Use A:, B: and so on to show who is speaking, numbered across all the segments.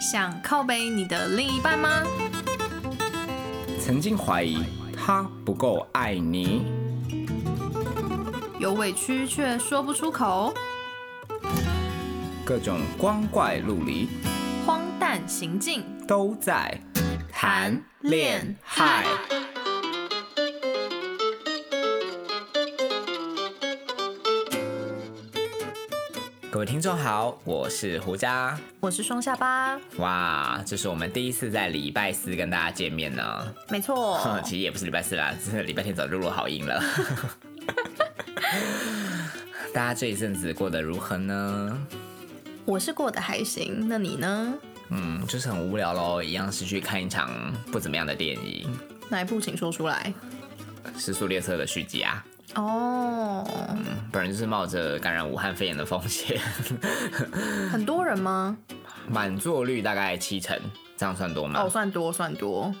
A: 想靠背你的另一半吗？
B: 曾经怀疑他不够爱你，
A: 有委屈却说不出口，
B: 各种光怪陆离
A: 荒诞行径，
B: 都在谈恋爱。各位听众好，我是胡渣。
A: 我是双下巴，
B: 哇，这是我们第一次在礼拜四跟大家见面呢。，
A: 没错
B: 其实也不是礼拜四啦，只是礼拜天早就录好音了。 大家这一阵子过得如何呢？
A: 我是过得还行，那你呢？
B: 嗯，就是很无聊喽，一样是去看一场不怎么样的电影
A: 哪一部请说出来？
B: 《时速列车》的续集啊。
A: 哦，
B: 本人就是冒着感染武汉肺炎的风险，
A: 很多人吗？
B: 满座率大概七成，这样算多吗？
A: 哦，算多算多。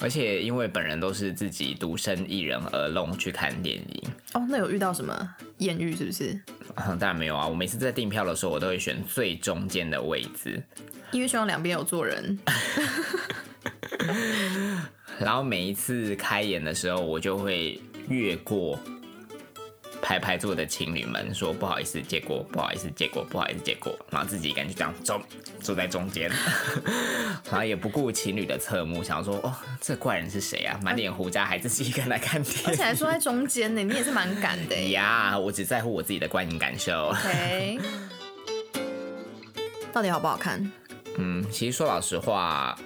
B: 而且因为本人都是自己独身一人而弄去看电影，
A: 哦，那有遇到什么艳遇是不是？
B: 啊当然没有啊，我每次在订票的时候，我都会选最中间的位置，
A: 因为希望两边有坐 人。
B: 然后每一次开演的时候，我就会越过排排坐的情侣们，说不好意思借过，不好意思借过，不好意思借过，然后自己一个人就这样中坐在中间， 然后也不顾情侣的侧目，想说哦，这怪人是谁啊？满脸胡渣还自己一个人来看
A: 而
B: 电
A: 且还坐在中间呢，你也是蛮敢 的
B: 影
A: 耶。
B: 呀！我只在乎我自己的观影感受。
A: OK，到底好不好看？
B: 嗯，其实说老实话，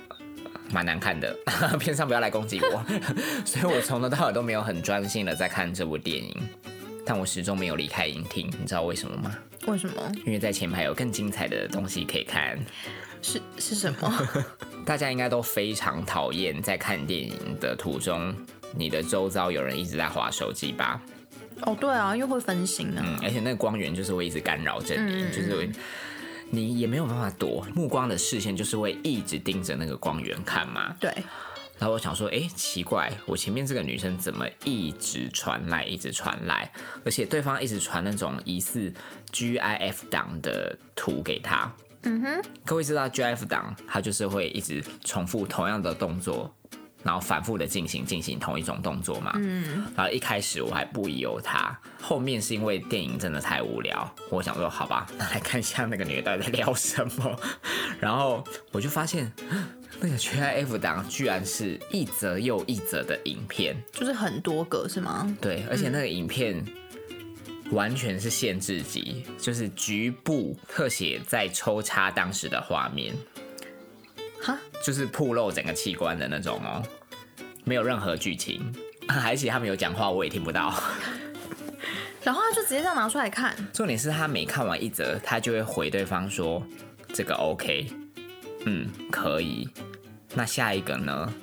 B: 蛮难看的。 片上不要来攻击我， 所以我从头到尾都没有很专心的在看这部电影，但我始终没有离开影厅，你知道为什么吗？
A: 为什么？
B: 因为在前排有更精彩的东西可以看。
A: 是是什么？
B: 大家应该都非常讨厌在看电影的途中，你的周遭有人一直在划手机吧？
A: 哦，对啊，因为会分心啊。
B: 嗯，而且那个光源就是会一直干扰着你，
A: 嗯
B: 就是会你也没有办法躲，目光的视线就是会一直盯着那个光源看嘛。
A: 对，
B: 然后我想说，诶，奇怪，我前面这个女生怎么一直传来，一直传来，而且对方一直传那种疑似 GIF 档的图给她。
A: 嗯哼，
B: 各位知道 GIF 档，它就是会一直重复同样的动作，然后反复的进行进行同一种动作嘛。
A: 嗯，
B: 然后一开始我还不疑有他，后面是因为电影真的太无聊，我想说好吧，那来看一下那个女的到底在聊什么。然后我就发现那个 GIF 档居然是一则又一则的影片，
A: 就是很多个是吗？
B: 对，而且那个影片完全是限制级，就是局部特写在抽插当时的画面，
A: 哈，
B: 就是暴露整个器官的那种哦，没有任何剧情，而且他们有讲话我也听不到。
A: 然后他就直接这样拿出来看，
B: 重点是他每看完一则，他就会回对方说：“这个 OK，嗯，可以。”那下一个呢？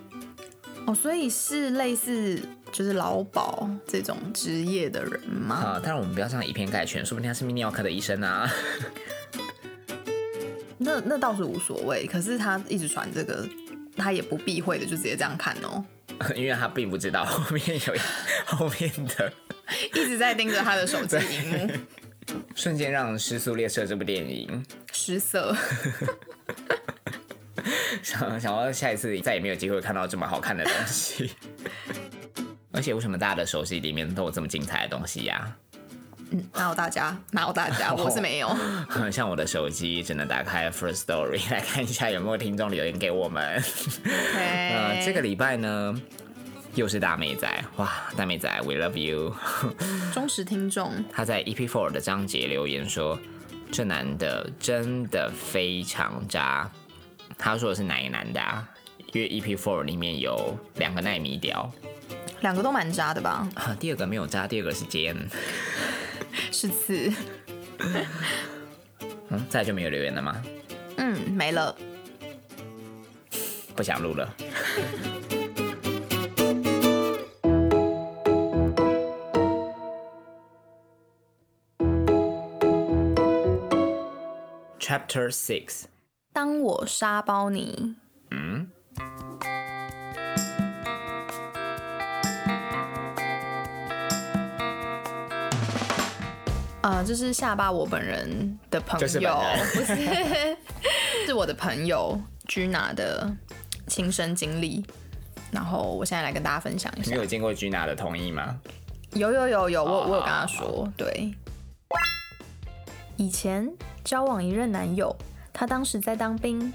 A: 哦，所以是类似就是劳保这种职业的人吗？
B: 啊、当然我们不要这样以偏概全，说不定他是泌尿科的医生啊。
A: 那那倒是无所谓，可是他一直传这个，他也不避讳的，就直接这样看哦，
B: 因为他并不知道后面有后面的
A: 一直在盯着他的手机荧幕，
B: 瞬间让《失速列车》这部电影，
A: 失色。
B: 想想要下一次再也没有机会看到这么好看的东西。 而且为什么大家的手机里面都有这么精彩的东西呀、
A: 嗯，哪有大家？哪有大家？我是没有。
B: 哦 像我的手机只能打开 First Story 来看一下有没有听众留言给我们。
A: 哎
B: 呃，这个礼拜呢，又是大妹仔哇，大妹仔，We love you。
A: 忠实听众，
B: 她在 EP Four 的章节留言说，这男的真的非常渣。她说的是哪一个男的啊？因为 EP Four 里面有两个奈米屌、
A: 两个都蛮渣的吧？
B: 啊，第二个没有渣，第二个是尖，
A: 是次，
B: 嗯，再来就没有留言了吗？
A: 嗯，没了。
B: 不想录了。Chapter Six，
A: 当我沙包你，
B: 嗯，
A: 呃，讲，就是下巴我本人的朋友，
B: 就是本人
A: 不是， 是我的朋友 Gina 的亲身经历。然后我现在来跟大家分享一
B: 你
A: 下，
B: 有经过 Gina 的同意吗？
A: 有有有有，我
B: 好
A: 我有跟他说，对。以前交往一任男友，他当时在当兵，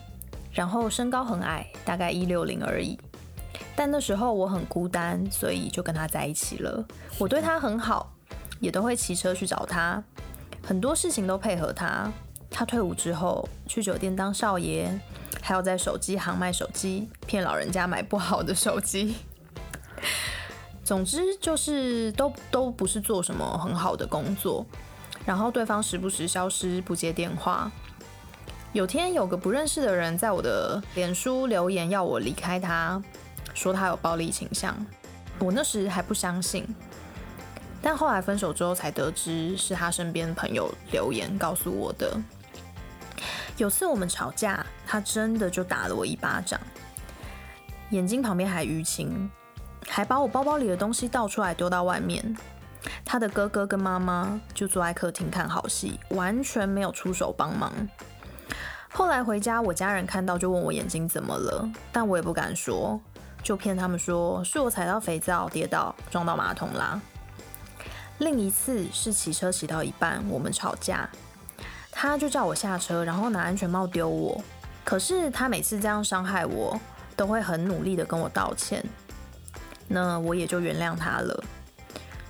A: 然后身高很矮，大概一六零而已。但那时候我很孤单，所以就跟他在一起了。我对他很好，也都会骑车去找他，很多事情都配合他。他退伍之后去酒店当少爷，还有在手机行卖手机，骗老人家买不好的手机。总之就是都都不是做什么很好的工作，然后对方时不时消失不接电话。有天有个不认识的人在我的脸书留言要我离开他，说他有暴力倾向。我那时还不相信，但后来分手之后才得知是他身边朋友留言告诉我的。有次我们吵架，他真的就打了我一巴掌，眼睛旁边还淤青，还把我包包里的东西倒出来丢到外面。他的哥哥跟妈妈就坐在客厅看好戏，完全没有出手帮忙。后来回家，我家人看到就问我眼睛怎么了，但我也不敢说，就骗他们说是我踩到肥皂跌倒撞到马桶啦。另一次是骑车骑到一半，我们吵架，他就叫我下车，然后拿安全帽丢我。可是他每次这样伤害我，都会很努力的跟我道歉，那我也就原谅他了。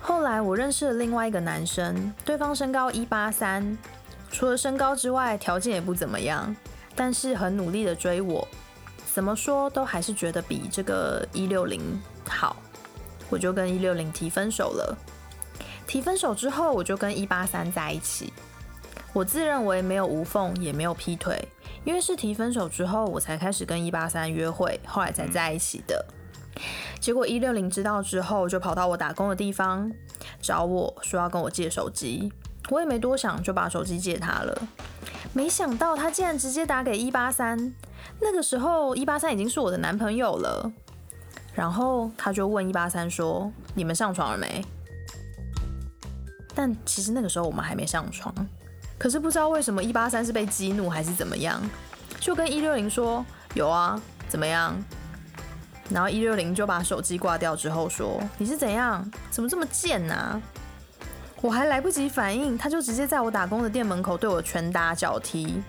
A: 后来我认识了另外一个男生，对方身高一八三，除了身高之外，条件也不怎么样，但是很努力的追我，怎么说都还是觉得比这个一六零好，我就跟一六零提分手了。提分手之后，我就跟一八三在一起。我自认为没有无缝，也没有劈腿，因为是提分手之后，我才开始跟一八三约会，后来才在一起的。结果一六零知道之后，就跑到我打工的地方找我说要跟我借手机，我也没多想，就把手机借他了。没想到他竟然直接打给一八三，那个时候一八三已经是我的男朋友了。然后他就问一八三说：“你们上床了没？”但其实那个时候我们还没上床，可是不知道为什么一八三是被激怒还是怎么样，就跟一六零说：“有啊，怎么样？”然后一六零就把手机挂掉之后说：“你是怎样？怎么这么贱啊？”我还来不及反应，他就直接在我打工的店门口对我拳打脚踢，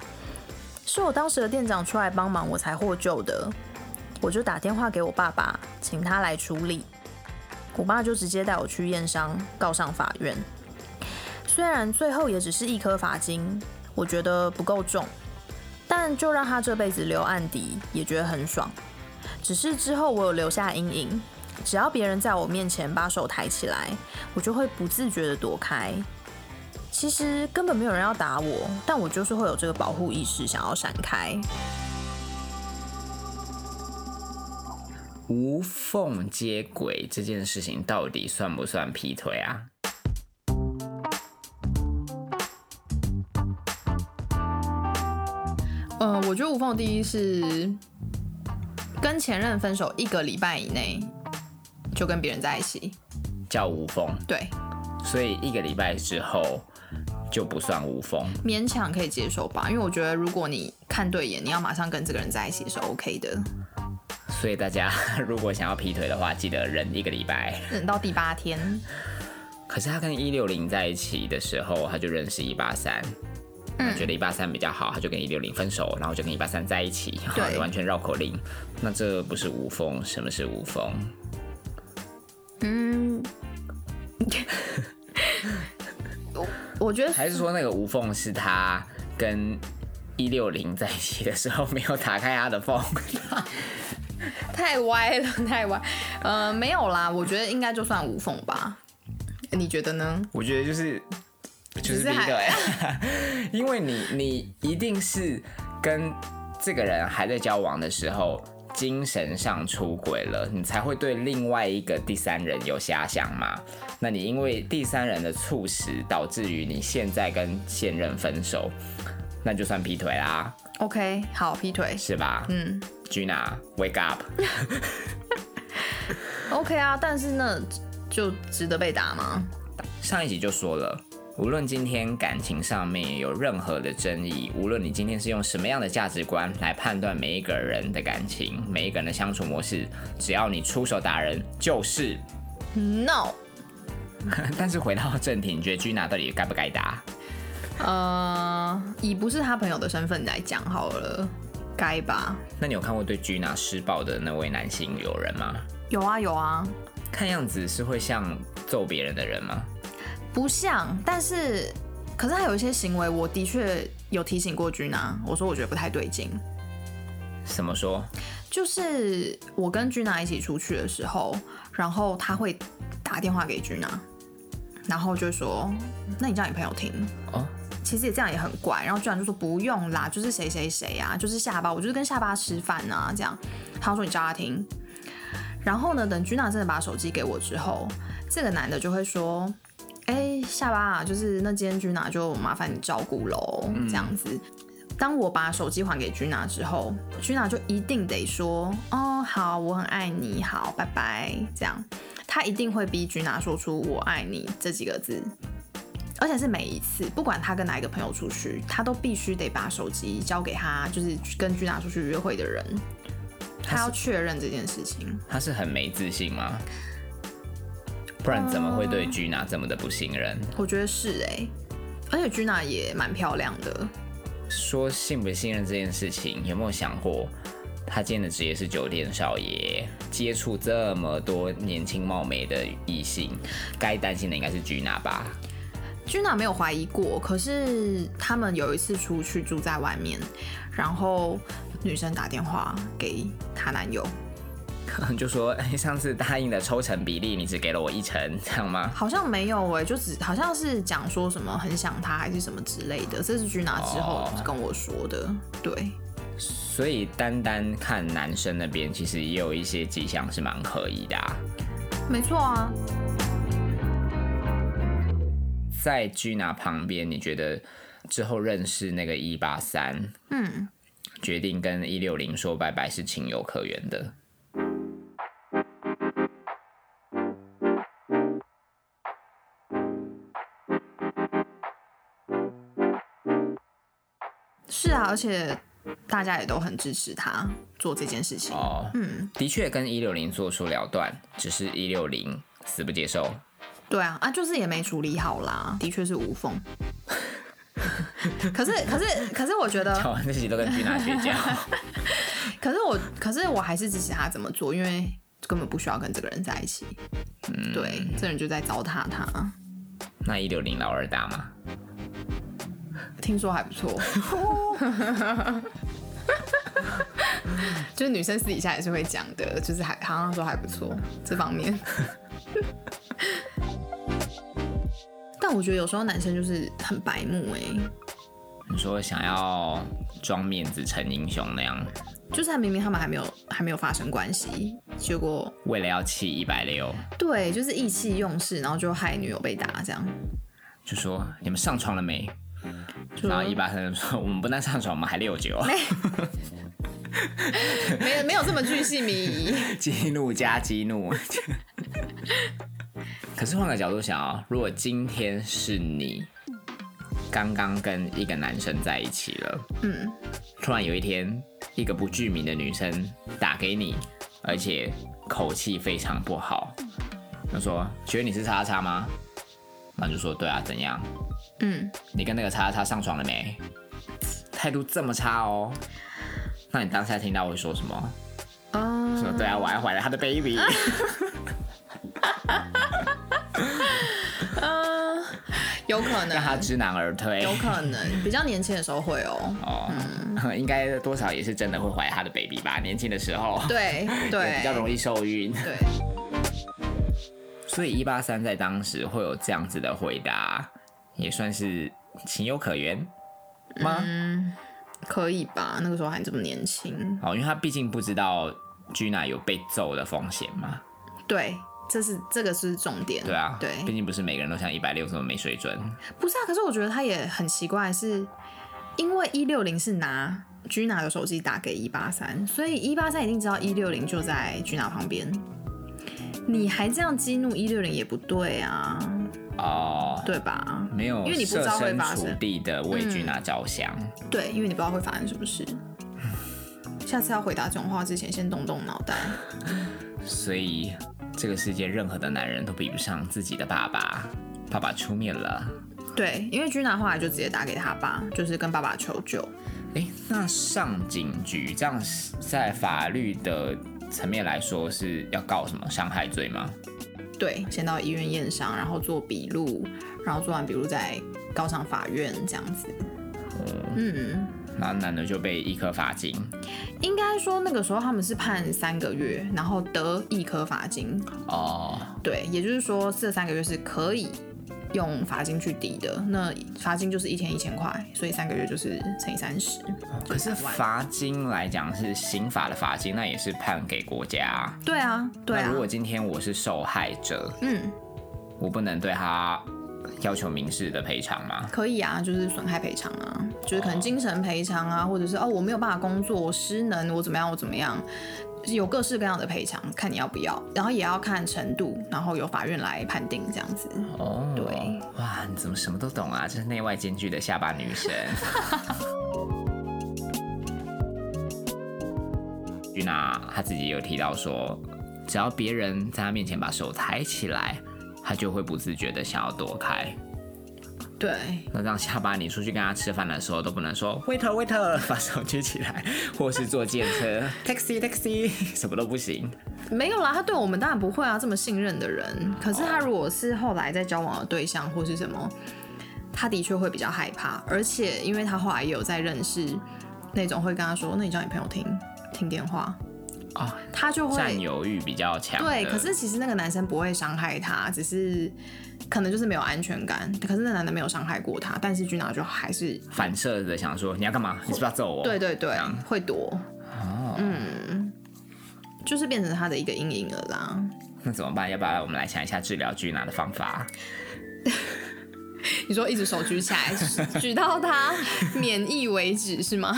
A: 是我当时的店长出来帮忙，我才获救的。我就打电话给我爸爸，请他来处理。我爸就直接带我去验伤，告上法院。虽然最后也只是一颗罚金，我觉得不够重，但就让他这辈子留案底，也觉得很爽。只是之后我有留下阴影，只要别人在我面前把手抬起来，我就会不自觉的躲开。其实根本没有人要打我，但我就是会有这个保护意识，想要闪开。
B: 无缝接轨这件事情到底算不算劈腿啊？
A: 嗯、我觉得无缝第一是跟前任分手一个礼拜以内就跟别人在一起，
B: 叫无缝，
A: 对，
B: 所以一个礼拜之后就不算无缝。
A: 勉强可以接受吧。因为我觉得如果你看对眼，你要马上跟这个人在一起是 OK 的。
B: 所以大家 如果想要劈腿的话，记得忍一个礼拜。
A: 忍嗯到第八天，
B: 可是他跟一六零在一起的时候，他就认识一八三，他觉得一八三比较好，他就跟一六零分手，然后就跟一八三在一起，
A: 对
B: 完全绕口令。那这不是无缝，什么是无缝？
A: 嗯， 我我觉得
B: 还是说那个无缝是他跟一六零在一起的时候没有打开他的缝？
A: 太歪了， 太歪。呃，没有啦，我觉得应该就算无缝吧。你觉得呢？
B: 我觉得就是就是
A: 是
B: 第一
A: 还
B: 个哎、 因为你你一定是跟这个人还在交往的时候。精神上出轨了，你才会对另外一个第三人有遐想嘛？那你因为第三人的促使，导致于你现在跟现任分手，那就算劈腿啦，
A: OK，好，劈腿。
B: 是吧？
A: 嗯
B: ，Gina，wake up。
A: ，OK 啊，但是那就值得被打吗？
B: 上一集就说了，无论今天感情上面有任何的争议，无论你今天是用什么样的价值观来判断每一个人的感情、每一个人的相处模式，只要你出手打人就是。
A: No，
B: 但是回到正题，你觉得居娜到底该不该打？
A: 呃，以不是他朋友的身份来讲好了，该吧？
B: 那你有看过对居娜施暴的那位男性友人吗？
A: 有啊有啊，
B: 看样子是会像揍别人的人吗？
A: 不像，但是可是他有一些行为，我的确有提醒过君娜，我说我觉得不太对劲。
B: 怎么说？
A: 就是我跟君娜一起出去的时候，然后他会打电话给君娜，然后就说：“那你叫你朋友听。”
B: 哦，
A: 其实也这样也很怪，然后居然就说不用啦，就是谁谁谁啊，就是下巴，我就是跟下巴吃饭啊，这样。他说你叫他听，然后呢，等君娜真的把手机给我之后，这个男的就会说，哎、下巴啊，就是那今天君娜就麻烦你照顾喽，这样子。当我把手机还给君娜之后，君娜就一定得说，哦，好，我很爱你，好，拜拜，这样。他一定会逼君娜说出“我爱你”这几个字，而且是每一次，不管他跟哪一个朋友出去，他都必须得把手机交给他，就是跟君娜出去约会的人，他要确认这件事情。
B: 他是很没自信吗？不然怎么会对居娜这么的不信任？
A: 我觉得是哎、而且君娜也蛮漂亮的，
B: 说信不信任这件事情，有没有想过，他今天的职业是酒店少爷，接触这么多年轻貌美的异性，该担心的应该是居娜吧？
A: 君娜没有怀疑过，可是他们有一次出去住在外面，然后女生打电话给她男友，
B: 可能就说，哎、上次答应的抽成比例，你只给了我一成，这样吗？
A: 好像没有哎、就只好像是讲说什么很想他还是什么之类的，这是君娜之后
B: 哦
A: 跟我说的。对，
B: 所以单单看男生那边，其实也有一些迹象是蛮可疑的、啊。
A: 没错啊。
B: 在居拿旁边，你觉得之后认识那个一八三，
A: 嗯，
B: 决定跟一六零说拜拜是情有可原的。
A: 是啊，而且大家也都很支持他做这件事情。
B: 哦，
A: 嗯，
B: 的确跟一六零做出了断，只是一六零死不接受。
A: 对啊，啊，就是也没处理好啦，的确是无缝。 可是，可是，可是，我觉得，
B: 好，哦 这集都跟居拿学啊交。
A: 可是我，可是我还是支持他这么做，因为根本不需要跟这个人在一起。对，这人就在糟蹋他。
B: 那一六零老二大吗？
A: 听说还不错，就是女生私底下也是会讲的，就是还好像说还不错这方面。 但我觉得有时候男生就是很白目哎、
B: 你说想要装面子逞英雄那样，
A: 就是他明明他们还没有还没有发生关系，结果
B: 为了要气一百六，
A: 对就是意气用事，然后就害女友被打这样。
B: 就说你们上床了没？
A: 就
B: 然后一八三说我们不但上床，我们还六九，
A: 没有没有这么巨细靡遗，
B: 激怒加激怒。 可是换个角度想啊、如果今天是你刚刚跟一个男生在一起了，
A: 嗯，
B: 突然有一天一个不具名的女生打给你，而且口气非常不好，她说：“觉得你是叉叉叉吗？”那就说：“对啊，怎样？
A: 嗯，
B: 你跟那个叉叉叉上床了没？态度这么差哦。”那你当下听到会说什么？
A: 啊、
B: 说对啊，我还怀了他的 baby。
A: 嗯，有可
B: 让他
A: 能，
B: 知难而退。
A: 有可能，比较年轻的时候会哦。
B: 哦， 应该多少也是真的会怀他的 baby 吧？年轻的时候，
A: 对
B: 也比较
A: 对
B: 容易受孕，
A: 对，
B: 所以一八三在当时会有这样子的回答，也算是情有可原吗？
A: 嗯可以吧？那个时候还这么年轻，
B: 哦，因为他毕竟不知道 Gina 有被揍的风险嘛，
A: 对，这是这个是重点。
B: 对啊，
A: 嗯对，
B: 毕竟不是每个人都像一百六这么没水准，
A: 不是啊。可是我觉得他也很奇怪是，因为一六零是拿 Gina 的手机打给一八三，所以一八三一定知道一六零就在 Gina 旁边。你还这样激怒一六零也不对啊，
B: 哦，
A: 对吧？
B: 没有
A: 因为你不知
B: 设
A: 道会
B: 身
A: 发
B: 处
A: 生，嗯
B: 地的畏惧那着想。
A: 对，因为你不知道会发生什么事。下次要回答这种话之前，先动动脑袋。
B: 所以这个世界任何的男人都比不上自己的爸爸，爸爸出面了。
A: 对，因为君娜后来就直接打给他爸，就是跟爸爸求救。
B: 诶，那上警局这样是在法律的层面来说是要告什么伤害罪吗？
A: 对，先到医院验伤，然后做笔录，然后做完笔录再告上法院这样子。嗯，
B: 那男的就被一颗罚金
A: 应该说那个时候他们是判三个月，然后得一颗罚金。
B: 哦，
A: 对，也就是说这三个月是可以用罚金去抵的。那罚金就是一天一千块，所以三个月就是乘以三十。
B: 可是罚金来讲是刑法的罚金，那也是判给国家。
A: 对啊，对
B: 那
A: 啊
B: 如，果今天我是受害者，
A: 嗯，
B: 我不能对他要求民事的赔偿吗？
A: 可以啊，就是损害赔偿啊，就是可
B: 哦
A: 能精神赔偿啊，或者是哦我没有办法工作，我失能，我怎么样，我怎么样，有各式各样的赔偿，看你要不要，然后也要看程度，然后由法院来判定这样子。
B: 哦，
A: 对，
B: 哇，你怎么什么都懂啊？这是内外兼具的下巴女神。 君娜她自己有提到说，只要别人在她面前把手抬起来，她就会不自觉的想要躲开。
A: 对，
B: 那让下巴你出去跟她吃饭的时候都不能说 waiter waiter，把手举起来，或是坐电车 taxi taxi，什么都 不行。
A: 没有啦，他对我们当然不会啊，这么信任的人。可是他
B: 哦
A: 如果是后来在交往的对象或是什么，他的确会比较害怕，而且因为他后来也有在认识那种会跟他说，那你叫你朋友听听电话，
B: 哦，
A: 他就会
B: 占有欲比较强的。
A: 对，可是其实那个男生不会伤害她，只是可能就是没有安全感。可是那男的没有伤害过她，但是君娜就还是
B: 反射的想说你要干嘛？你是不是要揍我？
A: 对对对，会躲，
B: 哦
A: 嗯，就是变成他的一个阴影了啦。
B: 那怎么办？要不要我们来想一下治疗巨拿的方 法？
A: 你说一直手举起来， 举到他免疫为止是吗？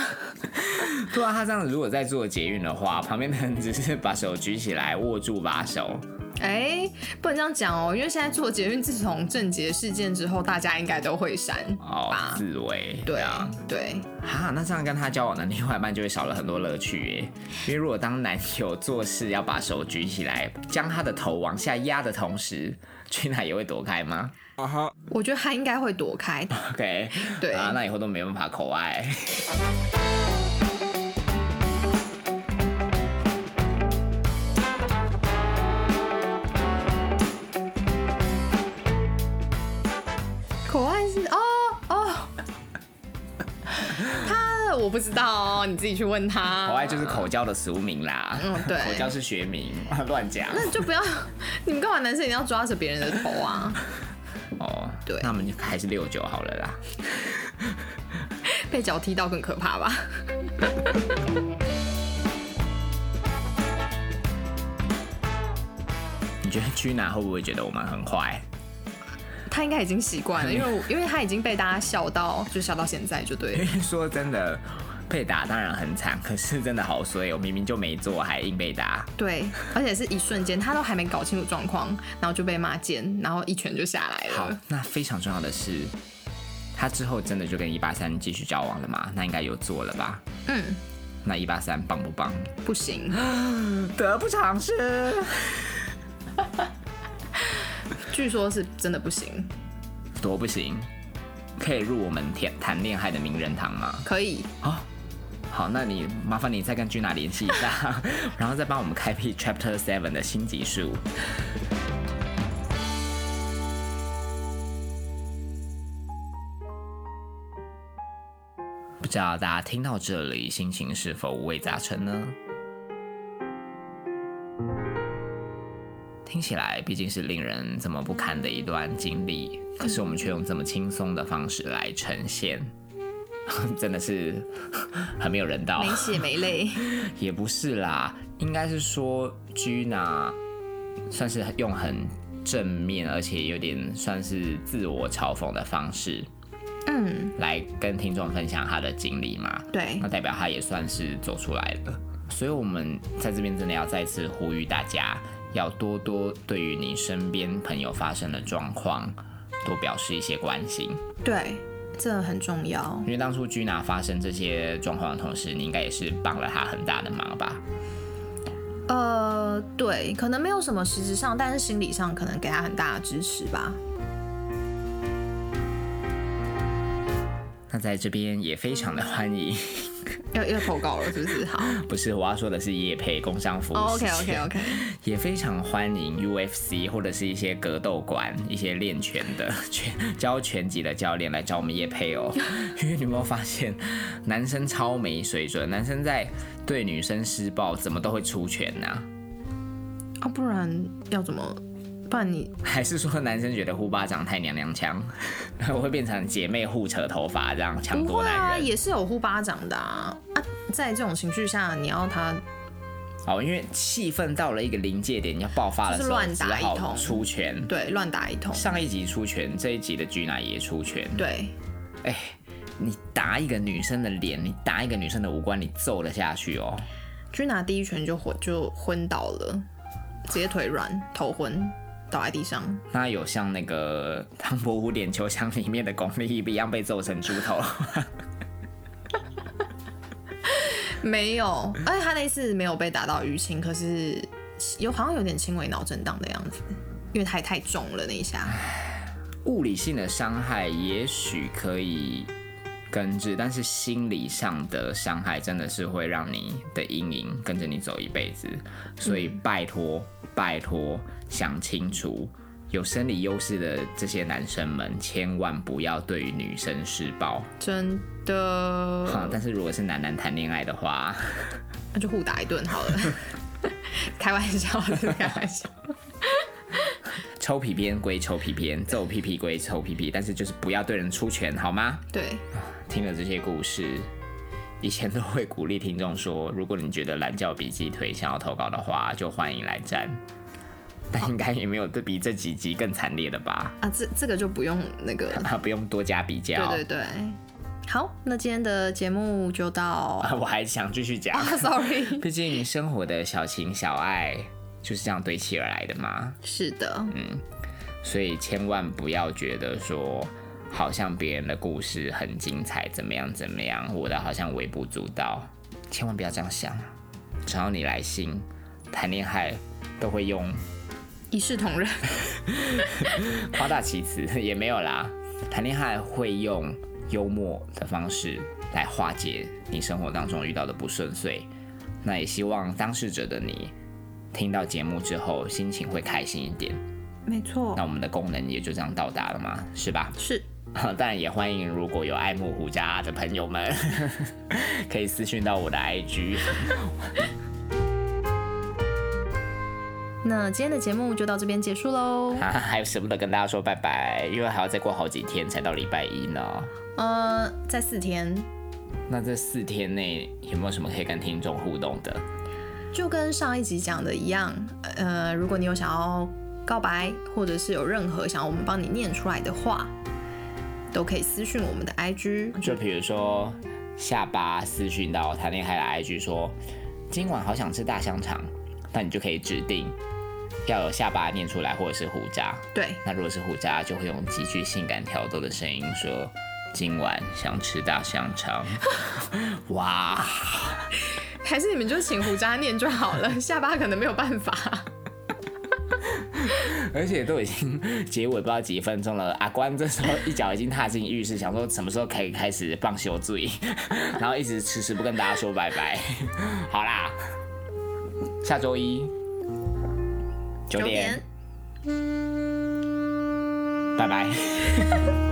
B: 不然他这样子如果在做捷运的话，旁边的人只是把手举起来握住把手，
A: 哎，不能这样讲哦，因为现在做捷运，自从郑捷事件之后，大家应该都会删
B: 哦
A: 吧，？
B: 自慰。
A: 对啊，对，
B: 哈，那这样跟他交往的另外一半就会少了很多乐趣耶。因为如果当男友做事要把手举起来，将他的头往下压的同时，巨娜也会躲开吗
A: 我觉得他应该会躲开。
B: ？OK，
A: 对
B: 啊，那以后都没办法口爱。
A: 口爱是哦哦，他我不知道哦，你自己去问他。
B: 口爱就是口交的俗名啦，
A: 嗯对
B: 口交是学名， 乱讲。
A: 那就不要，你们干嘛男生一定要抓着别人的头 啊？
B: 哦，
A: 对
B: 那我们就还是六九好了啦。
A: 被脚踢到更可怕吧？
B: 你觉得居南会不会觉得我们很坏？
A: 他应该已经习惯
B: 嗯
A: 了，因为我因为他已经被大家笑到，就笑到现在就对
B: 因
A: 了。
B: 为说真的，被打当然很惨，可是真的好衰哦，明明就没做，还硬被打。
A: 对，而且是一瞬间，他都还没搞清楚状况，然后就被骂贱，然后一拳就下来
B: 好
A: 了。，
B: 那非常重要的是，他之后真的就跟一八三继续交往了吗？那应该有做了吧？
A: 嗯，
B: 那一八三棒不棒？
A: 不行，
B: 得不偿失。
A: 据说是真的不行。
B: 多不行，可以入我们谈谈恋爱的名人堂吗？
A: 可以，
B: 好，那你麻烦你再跟 Gina 联系一下， 然后再帮我们开辟 Chapter Seven 的新集数。不知道大家听到这里，心情是否五味杂陈呢？听起来毕竟是令人这么不堪的一段经历，可是我们却用这么轻松的方式来呈现， 真的是 很没有人道。
A: 没血没泪。
B: 也不是啦，应该是说 Gina 算是用很正面，而且有点算是自我嘲讽的方式
A: 嗯，
B: 来跟听众分享她的经历嘛。
A: 对
B: 那，代表她也算是走出来了。所以我们在这边真的要再次呼吁大家，要多多对于你身边朋友发生的状况多表示一些关心。
A: 对，这很重要。
B: 因为当初居拿发生这些状况的同时，你应该也是帮了他很大的忙吧？
A: 呃，对，可能没有什么实质上，但是心理上可能给他很大的支持吧。
B: 那在这边也非常的欢迎，
A: 要要投稿了是不是？好、
B: 不是我要说的是业配工商服务
A: o k
B: 时
A: OK
B: 间
A: OK，
B: 也非常欢迎 UFC 或者是一些格斗馆、一些练拳的 拳教拳击的教练来找我们叶 配哦。因为你有没有发现，男生超没水准，男生在对女生施暴，怎么都会出拳呐、
A: 啊，不然要怎么？不然你
B: 还是说男生觉得护巴掌太娘娘腔， 会变成姐妹互扯头发这样强
A: 不
B: 夺
A: 会啊，
B: 男人？
A: 也是有呼巴掌的啊啊！在这种情绪下，你要他
B: 哦，因为气氛到了一个临界点要爆发的
A: 就是
B: 时候，
A: 乱
B: 只
A: 打一
B: 好
A: 通
B: 出拳。
A: 对乱打一通，
B: 上一集出拳，这一集的居乃也出拳。
A: 对
B: 哎、你打一个女生的脸，你打一个女生的五官，你揍得下去哦？
A: 君拿第一拳就昏就昏倒了，直接腿软头昏倒在地上。
B: 那有像那个《唐伯虎点秋香》里面的巩俐一样被揍成猪头？
A: 没有，而且他那次没有被打到淤青，可是有好像有点轻微脑震荡的样子，因为太太重了那一下。
B: 物理性的伤害也许可以根治，但是心理上的伤害真的是会让你的阴影跟着你走一辈子。所以拜托，拜托，想清楚，有生理优势的这些男生们，千万不要对于女生施暴。
A: 真
B: 哈、
A: 的，
B: 但是如果是男男谈恋爱的话，
A: 那就互打一顿好了。开玩笑，这是开玩笑。
B: 抽皮鞭归抽皮鞭，揍屁屁归抽屁屁，但是就是不要对人出拳，好吗？
A: 对，
B: 听了这些故事，以前都会鼓励听众说，如果你觉得懒觉比鸡腿想要投稿的话，就欢迎来战。但应该也没有这比这几集更惨烈的吧？
A: 啊，这这个就不用那个。
B: 啊，不用多加比较。
A: 对对对，好，那今天的节目就到。
B: 啊我还想继续讲，
A: 啊 Sorry，
B: 毕竟生活的小情小爱就是这样堆砌而来的嘛。
A: 是的，
B: 所以千万不要觉得说，好像别人的故事很精彩，怎么样怎么样，我的好像微不足道，千万不要这样想。只要你来信，谈恋爱都会用
A: 一视同仁。
B: 夸大其词，也没有啦。谈恋爱会用幽默的方式来化解你生活当中遇到的不顺遂。那也希望当事者的你听到节目之后，心情会开心一点。
A: 没错
B: 那，我们的功能也就这样到达了嘛，是吧？
A: 是
B: 啊当然也欢迎，如果有爱慕胡家的朋友们， 可以私讯到我的 IG。
A: 那今天的节目就到这边结束喽。
B: 啊， 还舍不得跟大家说拜拜，因为还要再过好几天才到礼拜一呢。
A: 呃，在四天
B: 那这四天内有没有什么可以跟听众互动的？
A: 就跟上一集讲的一样，呃，如果你有想要告白，或者是有任何想要我们帮你念出来的话，都可以私讯我们的 IG。
B: 就比如说下巴私讯到谈恋爱的 IG 说，今晚好想吃大香肠，那你就可以指定要有下巴念出来，或者是胡渣。
A: 对，
B: 那如果是胡渣，就会用极具性感挑逗的声音说：“今晚想吃大香肠。” 哇，
A: 还是你们就请胡渣念就好了， 下巴可能没有办法。
B: 而且都已经结尾不知道几分钟了，阿关这时候一脚已经踏进浴室，想说什么时候可以开始放酒醉，然后一直迟迟不跟大家说拜拜。好啦，下周一九点，拜拜。